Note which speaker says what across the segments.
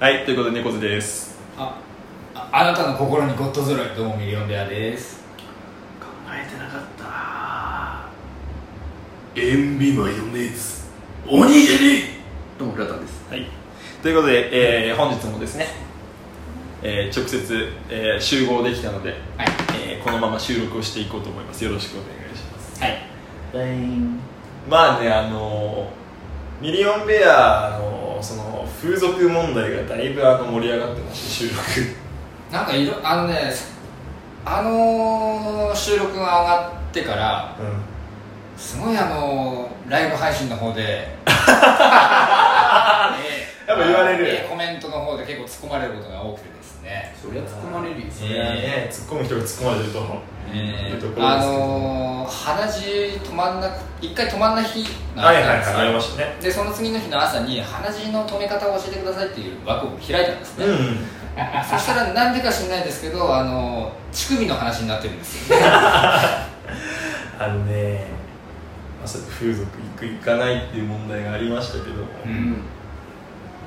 Speaker 1: はい、ということで猫背です。
Speaker 2: あああなたの心にゴッドゾロイどうもミリオンベアです
Speaker 1: 考えてなかった。塩ビマヨネーズ。おにぎり。
Speaker 3: どうも、フラタンです。
Speaker 1: はい。ということで、えー本日もですね、えー直接、えー集合できたので、
Speaker 2: はい
Speaker 1: えーこのまま収録をしていこうと思います。よろしくお願いします。
Speaker 2: はい
Speaker 1: まあね、あのーミリオンベアのその風俗問題がだいぶあの盛り上がってまして収録。
Speaker 2: なんかいろあのねあのー収録が上がってから
Speaker 1: うん。
Speaker 2: すごいあのーライブ配信の方 でね
Speaker 1: やっぱ言われる
Speaker 2: ねコメントの方で結構突っ込まれることが多くてですね
Speaker 3: そりゃ突っ込まれるよ。
Speaker 1: それはね、突っ込む人が突っ込まれてると思う。
Speaker 2: え
Speaker 1: いうところですけど
Speaker 2: あのー鼻血止まんなく一回止まんない日が
Speaker 1: はい
Speaker 2: あ
Speaker 1: は
Speaker 2: っ
Speaker 1: いはい
Speaker 2: たんですよ、
Speaker 1: ありましたね。
Speaker 2: でその次の日の朝に鼻血の止め方を教えてくださいっていう枠を開いたんですね、
Speaker 1: うん。
Speaker 2: そしたらなんでか知んないですけどあの乳首の話になってるんですよね
Speaker 1: あのね、まあ、それ風俗行く行かないっていう問題がありましたけど、
Speaker 2: うん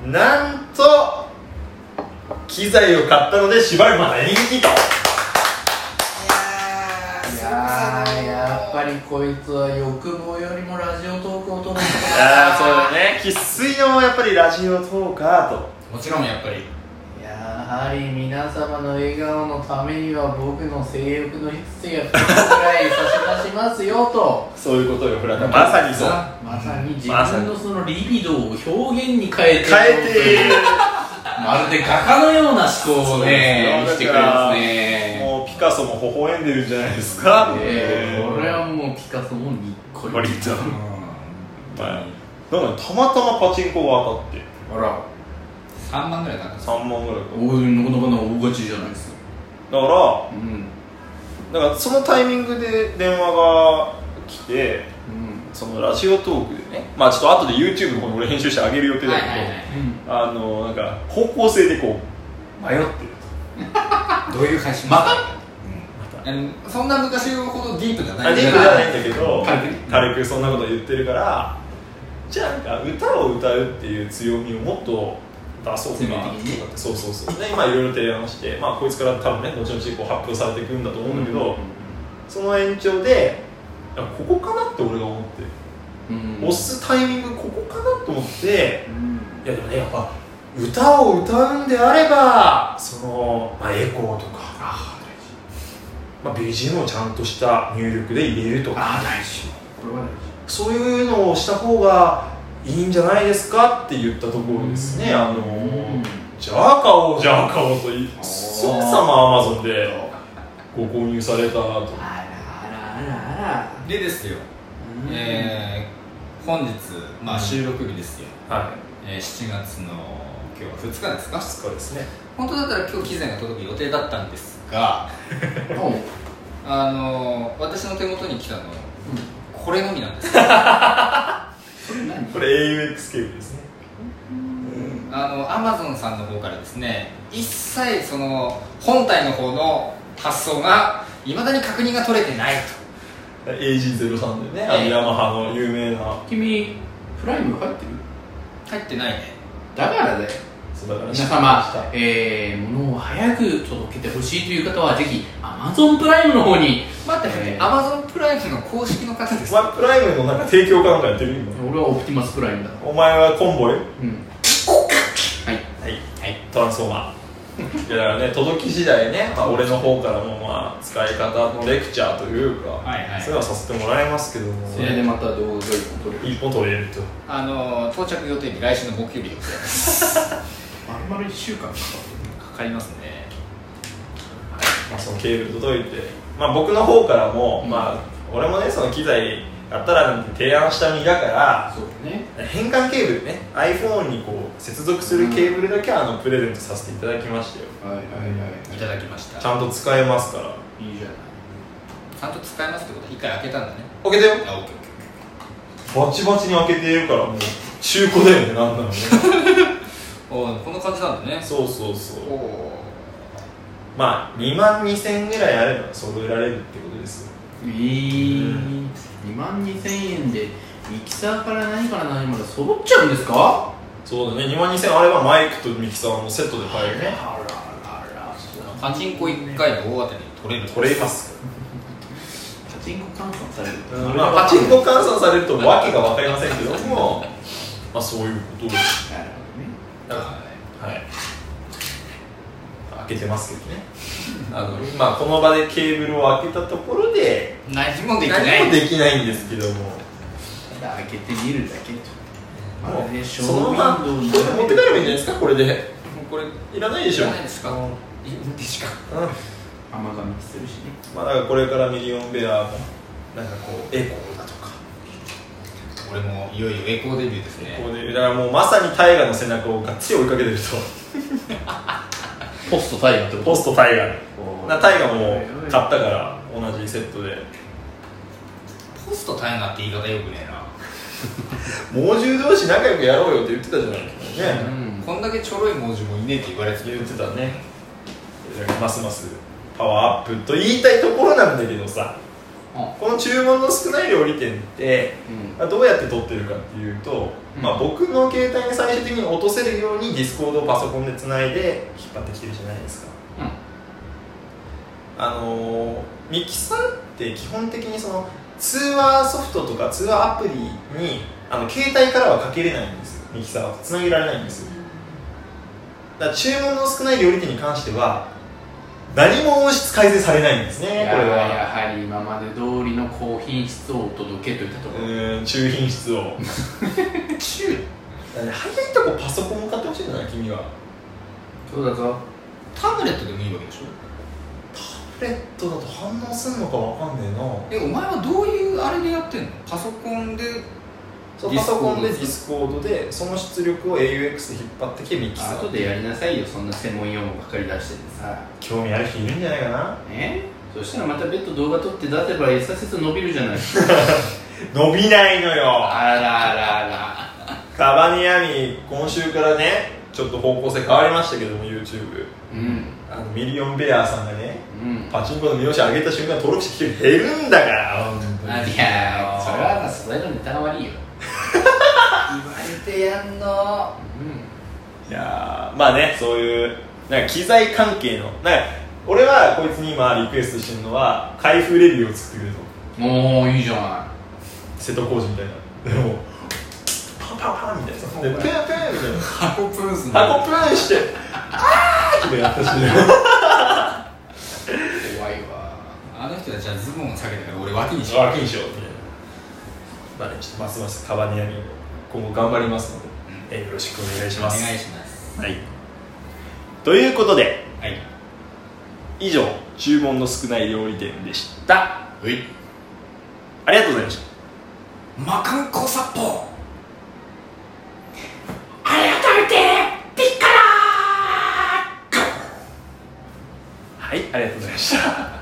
Speaker 1: なんと機材を買ったのでしばらくまだ延期と
Speaker 3: いやー、やっぱりこいつは欲望よりもラジオトークを取る。
Speaker 1: ああそうだね生粋のやっぱりラジオトーカーと
Speaker 2: もちろんやっぱり
Speaker 3: やはり皆様の笑顔のためには僕の性欲の必要がくらい差し出しますよと
Speaker 1: そういうことよフラタまさにそう
Speaker 3: まさに自分のそのリビドーを表現に変えて
Speaker 1: 変えている
Speaker 3: まるで画家のような思考をね
Speaker 1: そうです
Speaker 3: して
Speaker 1: よ
Speaker 3: くれますね
Speaker 1: もうピカソも微笑んでるんじゃないですか
Speaker 3: えーこれはもうピカソもにっこり
Speaker 1: 割と
Speaker 2: うん
Speaker 1: はいなんかたまたまパチンコが当たって
Speaker 3: あら
Speaker 2: 3万ぐらいだったんです
Speaker 1: 3万ぐらいか
Speaker 3: おいなかなかの大勝ちじゃないですか
Speaker 1: だから
Speaker 3: うん
Speaker 1: だからそのタイミングで電話が来て
Speaker 3: うん
Speaker 1: そのラジオトークでねまあちょっと後で YouTube の方に俺編集してあげる予定だけど、
Speaker 2: はいはいはい
Speaker 1: あのなんか方向性でこう迷ってる
Speaker 2: どういう配信
Speaker 3: ま
Speaker 2: あのそんな昔ほどディープじゃ
Speaker 1: と
Speaker 2: ない
Speaker 1: あディープじゃないんだけど
Speaker 3: 軽く
Speaker 1: 軽くそんなこと言ってるからじゃあなんか歌を歌うっていう強みをもっと出そうか
Speaker 3: 攻め
Speaker 1: な
Speaker 3: ていいね
Speaker 1: そうそうそうで今いろいろ提案して、まあ、こいつから多分ね後々こう発表されていくんだと思うんだけど、その延長であここかなって俺が思って
Speaker 3: うん
Speaker 1: 押すタイミングここかなと思っていやでもねやっぱ歌を歌うんであればその、まあ、エコーとか、
Speaker 3: あ
Speaker 1: まあ、BGM をちゃんとした入力で入れるとか
Speaker 3: あ大事これは
Speaker 1: そういうのをした方がいいんじゃないですかって言ったところですね、あの
Speaker 3: 大
Speaker 1: じ
Speaker 3: 事
Speaker 1: ゃあ買おうじゃあ買おうといすぐさま Amazon でご購入されたと
Speaker 3: あらあらあら
Speaker 2: でですよ、
Speaker 3: うん
Speaker 2: えー本日、まあ、収録日ですよ、
Speaker 1: は
Speaker 2: えー7月の今日は2日です
Speaker 1: い
Speaker 2: か
Speaker 1: 2日ですね
Speaker 2: 本当だったら今日機材が届く予定だったんですが
Speaker 3: おう
Speaker 2: あの私の手元に来たの
Speaker 3: うん
Speaker 2: これのみなんです
Speaker 3: それ何
Speaker 1: これ AUX ケーブルですね
Speaker 2: あのアマゾンさんの方からですね一切その本体の方の発送がいまだに確認が取れてないと
Speaker 1: AG03 でねあの
Speaker 2: ええ
Speaker 1: ヤマハの有名な
Speaker 3: 君プライム入ってる
Speaker 2: 入ってないね
Speaker 3: だからだよ
Speaker 1: そうだから
Speaker 3: 皆様、えー、物を早く届けてほしいという方はぜひ Amazon プライムの方に
Speaker 2: 待って待って
Speaker 3: えー
Speaker 2: アマゾンプライムの公式の方です
Speaker 1: お前プライムのなんか提供かなんかやってる今
Speaker 3: 俺はオプティマスプライムだ
Speaker 1: お前はコンボよ
Speaker 3: うんはい
Speaker 1: はい
Speaker 2: はい
Speaker 1: トランスフォーマー いやだからね届き次第ね、まあ、俺の方からもまあ使い方のレクチャーというか、
Speaker 2: はいはい
Speaker 1: それはさせてもらいますけども
Speaker 3: それでまた動画が一個撮れる
Speaker 1: 一本取れると
Speaker 2: あの到着予定日来週の木曜日でございます
Speaker 3: 丸々1週間かかる
Speaker 2: かかりますね
Speaker 1: まあ、そのケーブル届いて、まあ、僕の方からも、
Speaker 3: うん
Speaker 1: まあ、俺もねその機材やったらなんて提案した身だから
Speaker 3: そうだね
Speaker 1: 変換ケーブルね iPhone にこう接続するケーブルだけあのプレゼントさせていただきましたよ
Speaker 3: はいはい
Speaker 2: いただきました
Speaker 1: ちゃんと使えますから
Speaker 3: いいいじゃない
Speaker 2: ちゃんと使えますってことは一回開けたんだね
Speaker 1: 開けてよ
Speaker 2: あオッケーオッケ
Speaker 1: バチバチに開けているからもう中古だよねなんなのね
Speaker 2: ーおーこんな感じなんだね
Speaker 1: そうそうそ
Speaker 2: お
Speaker 1: う
Speaker 2: お
Speaker 1: まあ2万2000ぐらいあれば揃えられるってことですよ
Speaker 3: えー、2万2000円でミキサーから何から何まで揃っちゃうんですか
Speaker 1: そうだね2万2000あればマイクとミキサーのセットで買えるね
Speaker 3: あらあら
Speaker 2: パチンコ1回で大当たり取れる
Speaker 1: 取れます
Speaker 3: パチンコ換算される
Speaker 1: うんまあ、パチンコ換算されるとわけが分かりませんけどもまあそういうことです
Speaker 3: なるほどね
Speaker 1: だからはい開けてますけどねあのまあこの場でケーブルを開けたところで
Speaker 2: 何もできない
Speaker 1: 何もできないんですけども
Speaker 3: ただ開けてみるだけ
Speaker 1: も
Speaker 3: あれ
Speaker 1: う
Speaker 3: ねショ
Speaker 1: その
Speaker 3: ーウ
Speaker 1: まま
Speaker 3: ィン
Speaker 1: これ持
Speaker 3: ドウに
Speaker 1: って帰ればいいんじゃないですかこれで
Speaker 2: もうこれい
Speaker 1: いらないでしょ
Speaker 2: らないですかいいんですか
Speaker 1: うん
Speaker 3: 甘噛みするしね
Speaker 1: まあだからこれからミリオンベアもなんかこうエコーだとか
Speaker 2: 俺もいよいよエコーデビューですね
Speaker 1: こうねだからもうまさに大河の背中をがっつり追いかけてると
Speaker 4: ポストタイガーってこ
Speaker 1: ポスト大河
Speaker 3: こう
Speaker 1: な大河も買ったから同じセットで
Speaker 2: ポストタイガーって言い方よくね
Speaker 1: 猛獣同士仲良くやろうよって言ってたじゃないですか
Speaker 2: えな、
Speaker 1: ね
Speaker 2: こんだけちょろい文字もいねえって言われて
Speaker 1: 言
Speaker 2: る
Speaker 1: ってたねますますパワーアップと言いたいところなんだけどさ
Speaker 3: う
Speaker 1: この注文の少ない料理店って
Speaker 3: うん
Speaker 1: どうやって撮ってるかっていうと、
Speaker 3: うん
Speaker 1: まあ、僕の携帯に最終的に落とせるようにディスコードをパソコンでつないで引っ張ってきてるじゃないですかあのーミキサーって基本的にその通話ソフトとか通話アプリにあの携帯からはかけれないんですよミキサーはつなげられないんですよだから注文の少ない料理店に関しては何も音質改善されないんですね
Speaker 3: いや
Speaker 1: これは
Speaker 3: やはり今まで通りの高品質をお届けといったところ、
Speaker 1: うーん中品質 を中だね早いとこパソコンを買ってほしいんじゃない君は
Speaker 3: そうだぞ
Speaker 2: タブレットでもいいわけでしょ
Speaker 1: フレットだと反応するのかわかんねえな
Speaker 2: えお前はどういうあれでやってんのパソコンで
Speaker 1: そう
Speaker 2: ディ
Speaker 1: パ
Speaker 2: スコ
Speaker 1: ソ
Speaker 2: ード
Speaker 1: コンでディスコードでその出力を AUX で引っ張ってきてミキサ
Speaker 3: 後
Speaker 1: ー
Speaker 3: でやりなさいよそんな専門用語ばっかり出しててさ
Speaker 1: 興味ある人いるんじゃないかな
Speaker 3: ねそしたらまた別途動画撮って出せば S 説伸びるじゃない
Speaker 1: 伸びないのよ
Speaker 3: あらあらあら
Speaker 1: カバニアミ今週からねちょっと方向性変わりましたけども YouTube
Speaker 3: うん
Speaker 1: あのミリオンベアさんがね
Speaker 3: うん
Speaker 1: パチンコの見直し上げた瞬間登録者1人減るんだから本当に
Speaker 3: あいやそれはそれのネタ悪いよ
Speaker 2: 言われてやんの
Speaker 3: う
Speaker 1: いやーまあねそういうなんか機材関係のなんか俺はこいつに今リクエストしてるのは開封レビューを作ってくれと
Speaker 3: んおおいいじゃな
Speaker 1: 瀬戸康史みたいなでもパンパンパンみたいなでプンプンみ
Speaker 2: 箱プース
Speaker 1: たいな箱プンしてあーってやったしね
Speaker 3: い怖いわ
Speaker 2: あの人はじゃあズボンを下げてから俺脇にしよう
Speaker 1: 脇にしようみたいなまあねちょっとますますカバネアミを今後頑張りますので、えーよろしくお願いし
Speaker 2: お
Speaker 1: ま
Speaker 2: 願
Speaker 1: す
Speaker 2: いします
Speaker 1: はいということで
Speaker 2: はい
Speaker 1: 以上注文の少ない料理店でした
Speaker 2: うい
Speaker 1: ありがとうございました
Speaker 2: 魔漢コサポ
Speaker 1: はい、ありがとうございました。